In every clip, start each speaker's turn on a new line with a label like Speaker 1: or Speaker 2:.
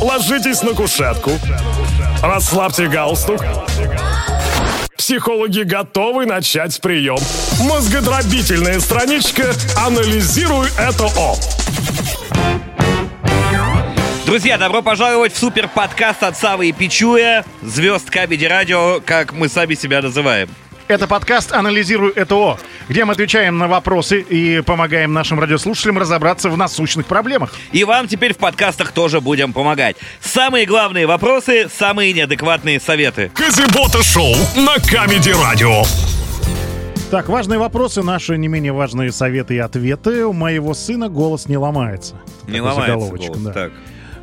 Speaker 1: Ложитесь на кушетку. Расслабьте галстук. Психологи готовы начать прием. Мозгодробительная страничка «Анализируй это О».
Speaker 2: Друзья, добро пожаловать в супер подкаст от Савы и Пичуя, звезд Кабеди Радио, как мы сами себя называем.
Speaker 3: Это подкаст «Анализирую ЭТО», где мы отвечаем на вопросы и помогаем нашим радиослушателям разобраться в насущных проблемах.
Speaker 2: И вам теперь в подкастах тоже будем помогать. Самые главные вопросы, самые неадекватные советы.
Speaker 1: Казибота Шоу на Камеди Радио.
Speaker 3: Так, важные вопросы, наши не менее важные советы и ответы. У моего сына голос не ломается.
Speaker 2: Не
Speaker 3: Такой
Speaker 2: ломается
Speaker 3: заголовочек,
Speaker 2: голос.
Speaker 3: да.
Speaker 2: Так.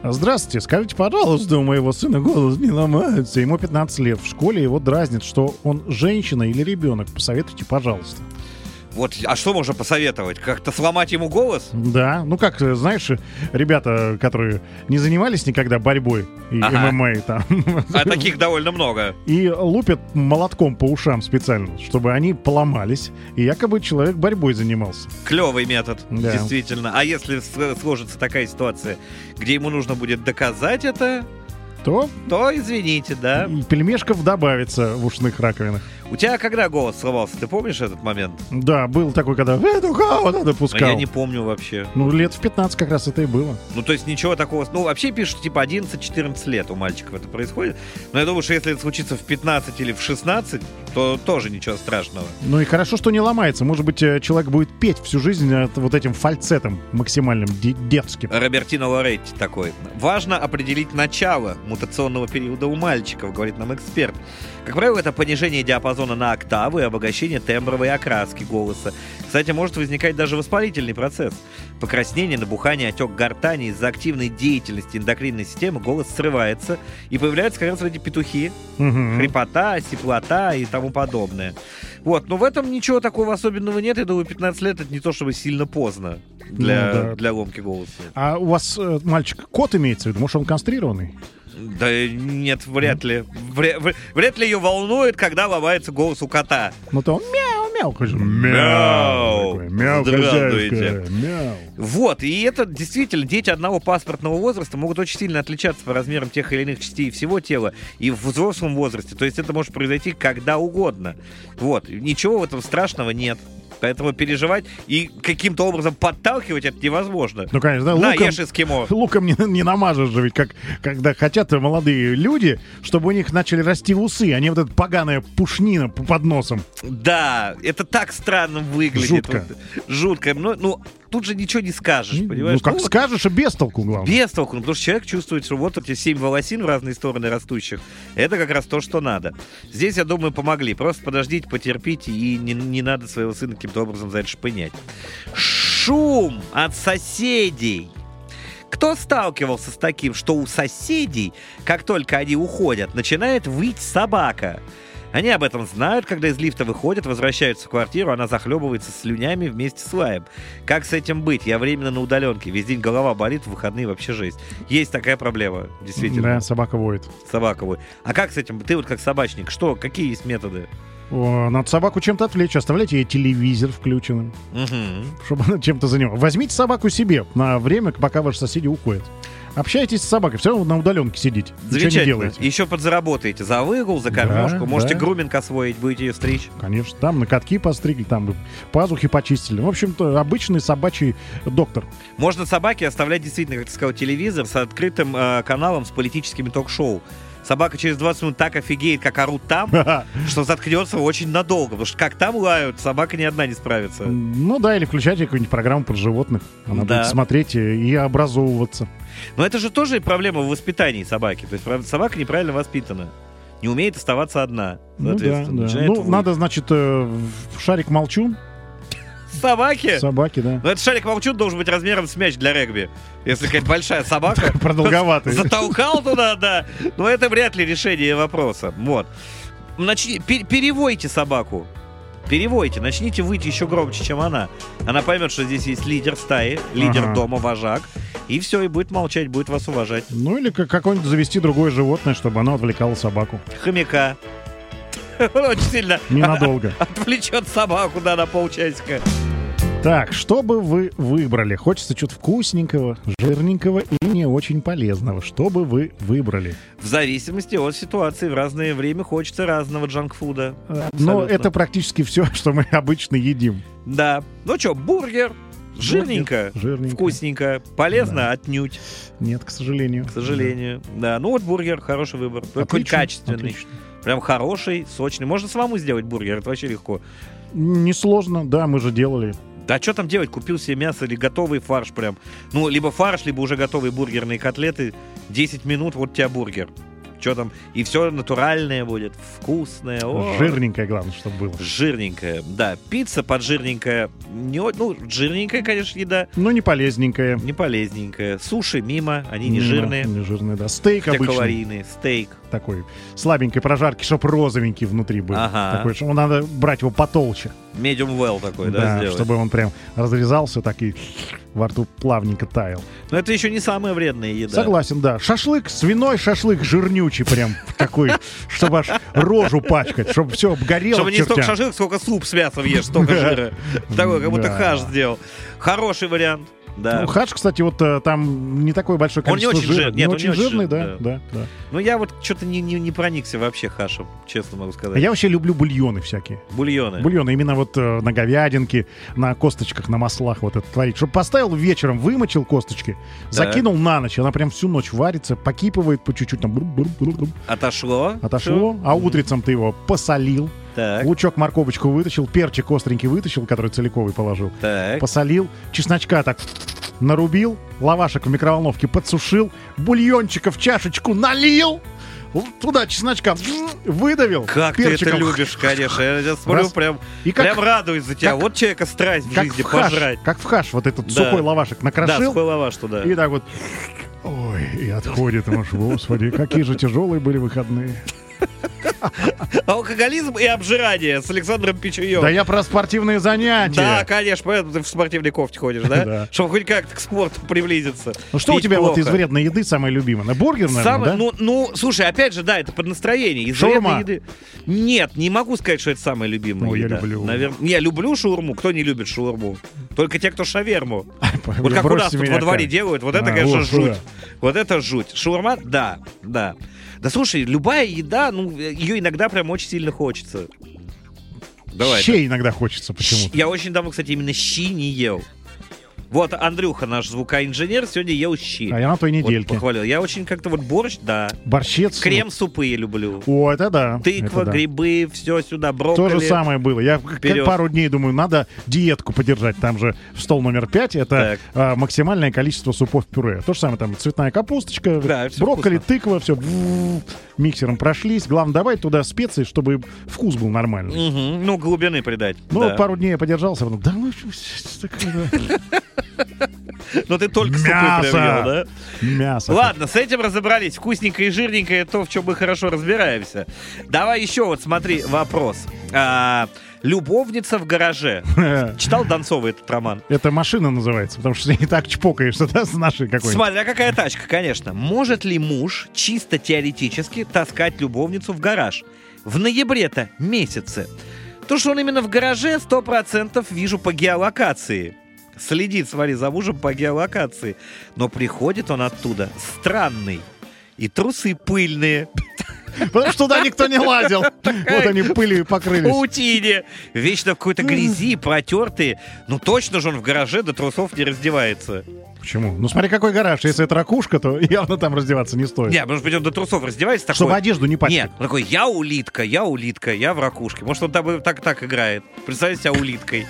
Speaker 3: Здравствуйте, скажите, пожалуйста, у моего сына голос не ломается. Ему 15 лет. В школе его дразнит, что он женщина или ребенок. Посоветуйте, пожалуйста.
Speaker 2: Вот, а что можно посоветовать? Как-то сломать ему голос?
Speaker 3: Да, ну как, э, знаешь, э, ребята, которые не занимались никогда борьбой и
Speaker 2: Ага.
Speaker 3: ММА там,
Speaker 2: А таких довольно много.
Speaker 3: и лупят молотком по ушам специально, чтобы они поломались, и якобы человек борьбой занимался.
Speaker 2: Клевый метод,
Speaker 3: Да.
Speaker 2: действительно. А если с- сложится такая ситуация, где ему нужно будет доказать это,
Speaker 3: То
Speaker 2: то извините, да.
Speaker 3: и пельмешков добавится в ушных раковинах.
Speaker 2: У тебя когда голос сломался? Ты помнишь этот момент?
Speaker 3: Да, был такой, когда «Эту кого-то
Speaker 2: Ну,
Speaker 3: допускал.
Speaker 2: я не помню вообще.
Speaker 3: Ну, лет в 15 как раз это и было.
Speaker 2: Ну, то есть ничего такого... Ну, вообще пишут, типа, 11-14 лет у мальчиков это происходит. Но я думаю, что если это случится в 15 или в 16, то тоже ничего страшного.
Speaker 3: Ну и хорошо, что не ломается. Может быть, э, человек будет петь всю жизнь э, вот этим фальцетом максимальным, де- детским.
Speaker 2: Робертино Лоретти такой. Важно определить начало мутационного периода у мальчиков, говорит нам эксперт. Как правило, это понижение диапазона на октавы и обогащение тембровой окраски голоса. Кстати, может возникать даже воспалительный процесс. Покраснение, набухание, отек гортани из-за активной деятельности эндокринной системы голос срывается и появляются как раз эти петухи,
Speaker 3: Мгм.
Speaker 2: хрипота, сиплота и тому подобное. Вот, но в этом ничего такого особенного нет. Я думаю, 15 лет это не то чтобы сильно поздно для,
Speaker 3: Ну да.
Speaker 2: для ломки голоса.
Speaker 3: А у вас э, мальчик кот имеется в виду? Может, он констрированный?
Speaker 2: Да нет, вряд ли. Вря- вря- Вряд ли ее волнует, когда ломается голос у кота.
Speaker 3: Ну то он мяу-мяу. конечно,
Speaker 2: Мяу.
Speaker 3: Мяу. такой, Мяу,
Speaker 2: Здравствуйте.
Speaker 3: хозяйка, мяу.
Speaker 2: Вот, и это действительно, дети одного паспортного возраста могут очень сильно отличаться по размерам тех или иных частей всего тела и в взрослом возрасте. То есть это может произойти когда угодно. Вот, ничего в этом страшного нет. Поэтому переживать и каким-то образом подталкивать это невозможно.
Speaker 3: Ну, конечно, да,
Speaker 2: Да,
Speaker 3: луком,
Speaker 2: ешь эскимо.
Speaker 3: луком не, не намажешь же, ведь как, когда хотят молодые люди, чтобы у них начали расти усы, а не вот эта поганая пушнина п- под носом.
Speaker 2: Да, это так странно выглядит.
Speaker 3: Жутко.
Speaker 2: Вот, жутко. Но, ну, тут же ничего не скажешь, понимаешь?
Speaker 3: ну, как
Speaker 2: Ну, вот
Speaker 3: скажешь, и без толку, главное.
Speaker 2: Без толку, ну, потому что человек чувствует, что вот эти семь волосин в разные стороны растущих. Это как раз то, что надо. Здесь, я думаю, помогли. Просто подождите, потерпите, и не, не надо своего сына каким-то образом за это шпынять. Шум от соседей. Кто сталкивался с таким, что у соседей, как только они уходят, начинает выть собака? Они об этом знают, когда из лифта выходят, возвращаются в квартиру, она захлебывается слюнями вместе с лаем. Как с этим быть? Я временно на удаленке. Весь день голова болит, в выходные вообще жесть. Есть такая проблема, действительно,
Speaker 3: Да, собака воет.
Speaker 2: собака воет. А как с этим? Ты вот как собачник, что, какие есть методы?
Speaker 3: О, надо собаку чем-то отвлечь, оставляйте ей телевизор включенным,
Speaker 2: Мгм.
Speaker 3: чтобы она чем-то занималась. Возьмите собаку себе на время, пока ваши соседи уходят. Общайтесь с собакой, все равно на удаленке сидите. Ничего не
Speaker 2: Замечательно.
Speaker 3: делаете.
Speaker 2: Еще подзаработаете за выгул, за кормежку.
Speaker 3: Да,
Speaker 2: Можете
Speaker 3: да.
Speaker 2: груминг освоить, будете ее стричь.
Speaker 3: Конечно, там на катки постригли, там пазухи почистили. В общем-то, обычный собачий доктор.
Speaker 2: Можно собаке оставлять действительно, как ты сказал, телевизор с открытым э, каналом с политическими ток-шоу. Собака через 20 минут так офигеет, как орут там, что заткнется очень надолго. Потому что как там лают, собака ни одна не справится.
Speaker 3: Ну да, или включайте какую-нибудь программу про животных. Она
Speaker 2: Да.
Speaker 3: будет смотреть и и образовываться.
Speaker 2: Но это же тоже проблема в воспитании собаки. То есть прав- собака неправильно воспитана. Не умеет оставаться одна.
Speaker 3: Ну, да,
Speaker 2: Соответственно,
Speaker 3: да.
Speaker 2: начинает
Speaker 3: ну
Speaker 2: выть.
Speaker 3: надо, значит, э, в шарик молчун,
Speaker 2: Собаки!
Speaker 3: собаки, да.
Speaker 2: Но этот шарик молчун должен быть размером с мяч для регби. Если какая-то большая собака.
Speaker 3: Продолговатый.
Speaker 2: Затолкал туда, да. Но это вряд ли решение вопроса. Вот. Начни, пе- перевойте собаку. Перевойте, начните выйти еще громче, чем она. Она поймет, что здесь есть лидер стаи, лидер
Speaker 3: Ага.
Speaker 2: дома, вожак. И все, и будет молчать, будет вас уважать.
Speaker 3: Ну или как- какое-нибудь завести другое животное, чтобы оно отвлекало собаку.
Speaker 2: Хомяка. Он очень сильно
Speaker 3: Ненадолго.
Speaker 2: отвлечет собаку, да, на полчасика.
Speaker 3: Так, что бы вы выбрали? Хочется чего-то вкусненького, жирненького и не очень полезного. Что бы вы выбрали?
Speaker 2: В зависимости от ситуации в разное время хочется разного джанкфуда.
Speaker 3: Э, Но
Speaker 2: Абсолютно.
Speaker 3: это практически все, что мы обычно едим.
Speaker 2: Да. Ну что, бургер, жирненько,
Speaker 3: Жирненько.
Speaker 2: вкусненько, полезно
Speaker 3: Да.
Speaker 2: отнюдь,
Speaker 3: Нет, к сожалению.
Speaker 2: к сожалению. Да, ну вот бургер, хороший выбор.
Speaker 3: Да.
Speaker 2: Какой
Speaker 3: Отлично,
Speaker 2: качественный.
Speaker 3: отлично.
Speaker 2: Прям хороший, сочный. Можно самому сделать бургер, это вообще легко.
Speaker 3: Несложно, да, мы же делали.
Speaker 2: Да что там делать? Купил себе мясо или готовый фарш прям. Ну, либо фарш, либо уже готовые бургерные котлеты. 10 минут, вот у тебя бургер. Что там? И все натуральное будет, вкусное. О,
Speaker 3: Жирненькое, главное, чтобы было.
Speaker 2: Жирненькое, да. Пицца поджирненькая. Не, о- ну, жирненькая, конечно, еда.
Speaker 3: Но не полезненькое.
Speaker 2: Не полезненькая. Суши мимо, они не
Speaker 3: Мимо,
Speaker 2: жирные.
Speaker 3: Не жирные, да. Стейк
Speaker 2: Хотя
Speaker 3: обычный.
Speaker 2: калорийные. Стейк.
Speaker 3: Такой слабенькой прожарки, чтоб розовенький внутри был.
Speaker 2: Ага.
Speaker 3: Такой, что надо брать его потолще.
Speaker 2: Medium well такой, да, сделать.
Speaker 3: чтобы он прям разрезался так и во рту плавненько таял.
Speaker 2: Но это еще не самая вредная еда.
Speaker 3: Согласен, да. Шашлык, свиной шашлык жирнючий прям такой, чтобы аж рожу пачкать, чтобы все обгорело
Speaker 2: Чтобы
Speaker 3: к
Speaker 2: не столько
Speaker 3: чертям.
Speaker 2: шашлык, сколько суп с мясом ешь, столько жира. Такой, как будто
Speaker 3: Да.
Speaker 2: хаш сделал. Хороший вариант. Да.
Speaker 3: Ну, хадж, кстати, вот э, там не такое большое
Speaker 2: Он не
Speaker 3: количество
Speaker 2: очень жир-
Speaker 3: жира.
Speaker 2: нет, он не очень
Speaker 3: жирный,
Speaker 2: жир-
Speaker 3: да, да, да.
Speaker 2: Ну, я вот что-то не, не, не проникся вообще хашем, честно могу
Speaker 3: А
Speaker 2: сказать.
Speaker 3: я вообще люблю бульоны всякие.
Speaker 2: Бульоны.
Speaker 3: Бульоны именно вот э, на говядинке, на косточках, на маслах вот это творить. Чтобы поставил вечером, вымочил косточки, закинул на ночь, она прям всю ночь варится, покипывает по чуть-чуть, там брум-брум-брум-брум.
Speaker 2: Отошло.
Speaker 3: отошло, а утрецом ты его посолил,
Speaker 2: Так,
Speaker 3: лучок морковочку вытащил, перчик остренький вытащил, который целиковый положил,
Speaker 2: так.
Speaker 3: посолил, чесночка так нарубил, лавашек в микроволновке подсушил, бульончика в чашечку налил, л- туда чесночка выдавил.
Speaker 2: Как ты это
Speaker 3: перчиком
Speaker 2: любишь, конечно. Я сейчас смотрю,
Speaker 3: Раз.
Speaker 2: прям,
Speaker 3: И как
Speaker 2: прям радуюсь за тебя.
Speaker 3: как-
Speaker 2: вот человека страсть в
Speaker 3: как
Speaker 2: жизни
Speaker 3: в хаш,
Speaker 2: пожрать.
Speaker 3: Как в хаш, вот этот
Speaker 2: Да.
Speaker 3: сухой лавашек
Speaker 2: Да,
Speaker 3: накрошил
Speaker 2: сухой лаваш туда.
Speaker 3: и так вот... Ой, и отходит, и думаешь, господи, какие же тяжелые были выходные.
Speaker 2: Алкоголизм и обжирание с Александром Пичуем.
Speaker 3: Да я про спортивные занятия.
Speaker 2: Да, конечно, поэтому ты в спортивной кофте ходишь, да?
Speaker 3: Да.
Speaker 2: Чтобы хоть как-то к спорту приблизиться.
Speaker 3: Ну что у
Speaker 2: Пить
Speaker 3: тебя вот
Speaker 2: плохо.
Speaker 3: из вредной еды самое любимое? На бургер, наверное,
Speaker 2: Самое-
Speaker 3: да?
Speaker 2: ну, ну, слушай, опять же, да, это под настроение. Из
Speaker 3: Шаурма.
Speaker 2: вредной еды. Нет, не могу сказать, что это самая любимая
Speaker 3: Ой, я
Speaker 2: еда.
Speaker 3: люблю.
Speaker 2: Наверное, я люблю шаурму. Кто не любит шаурму? Только те, кто шаверму. Вот
Speaker 3: Или
Speaker 2: как у
Speaker 3: А бросьте
Speaker 2: нас тут
Speaker 3: меня
Speaker 2: во дворе
Speaker 3: как.
Speaker 2: делают, вот это,
Speaker 3: А,
Speaker 2: конечно,
Speaker 3: вот,
Speaker 2: жуть.
Speaker 3: да.
Speaker 2: Вот это жуть. Шаурма, да, да. Да слушай, любая еда, ну, ее иногда прям очень сильно хочется. Давай.
Speaker 3: Щей иногда хочется
Speaker 2: Щ-
Speaker 3: почему-то.
Speaker 2: Я очень давно, кстати, именно щи не ел. Вот Андрюха, наш звукоинженер, сегодня ел щи.
Speaker 3: А я на той
Speaker 2: Вот
Speaker 3: недельке.
Speaker 2: похвалил. Я очень как-то вот борщ, да.
Speaker 3: Борщец.
Speaker 2: Крем-супы я люблю.
Speaker 3: О, это да.
Speaker 2: Тыква,
Speaker 3: это да.
Speaker 2: грибы, все сюда,
Speaker 3: То
Speaker 2: брокколи.
Speaker 3: же самое было. Я к-
Speaker 2: Вперед.
Speaker 3: пару дней думаю, надо диетку подержать. Там же стол номер пять это
Speaker 2: Так.
Speaker 3: а, максимальное количество супов пюре. То же самое там цветная капусточка,
Speaker 2: Да, всё
Speaker 3: брокколи,
Speaker 2: вкусно.
Speaker 3: тыква, все миксером прошлись. Главное добавить туда специи, чтобы вкус был нормальный.
Speaker 2: Мгм. Ну, глубины придать.
Speaker 3: Ну,
Speaker 2: да.
Speaker 3: пару дней я подержался, потом, да ну, что ж такое, да?»
Speaker 2: Но ты только
Speaker 3: Мясо!
Speaker 2: супы прям ел, да?
Speaker 3: мясо.
Speaker 2: Ладно, с этим разобрались. Вкусненькое и жирненькое то, в чем мы хорошо разбираемся. Давай еще вот смотри вопрос. А, любовница в гараже. Читал Донцова этот роман?
Speaker 3: Это машина называется, потому что ты не так чпокаешься, да, с нашей какой-нибудь.
Speaker 2: Смотря какая тачка, конечно. Может ли муж чисто теоретически таскать любовницу в гараж? В ноябре-то месяце. То, что он именно в гараже, 100% вижу по геолокации. Следит, смотри, за мужем по геолокации. Но приходит он оттуда странный. И трусы пыльные,
Speaker 3: Потому что туда никто не лазил. Вот они пылью и
Speaker 2: в
Speaker 3: покрылись.
Speaker 2: паутине, вечно в какой-то грязи, протертые. Ну точно же он в гараже до трусов не раздевается.
Speaker 3: Почему? Ну смотри, какой гараж. Если это ракушка, то явно там раздеваться не стоит.
Speaker 2: Не, может быть, он до трусов раздевается такой.
Speaker 3: Чтобы одежду не пачкать.
Speaker 2: Нет, он такой, я улитка, я улитка, я в ракушке. Может, он там и так, так играет. Представь себя улиткой.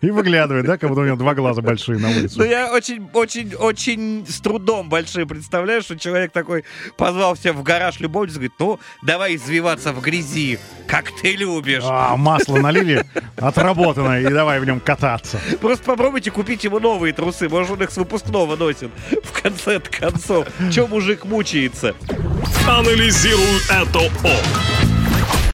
Speaker 3: И выглядывает, да, как будто у него два глаза большие на
Speaker 2: Ну,
Speaker 3: улице.
Speaker 2: я очень, очень, очень с трудом большие представляю, что человек такой позвал себя в гараж любовницу, говорит, ну, давай извиваться в грязи, как ты любишь.
Speaker 3: А, масло налили отработанное, и давай в нем кататься.
Speaker 2: Просто попробуйте купить ему новые трусы, может, он их с выпускного носит. В конце концов, чем мужик мучается?
Speaker 1: Анализируй это О.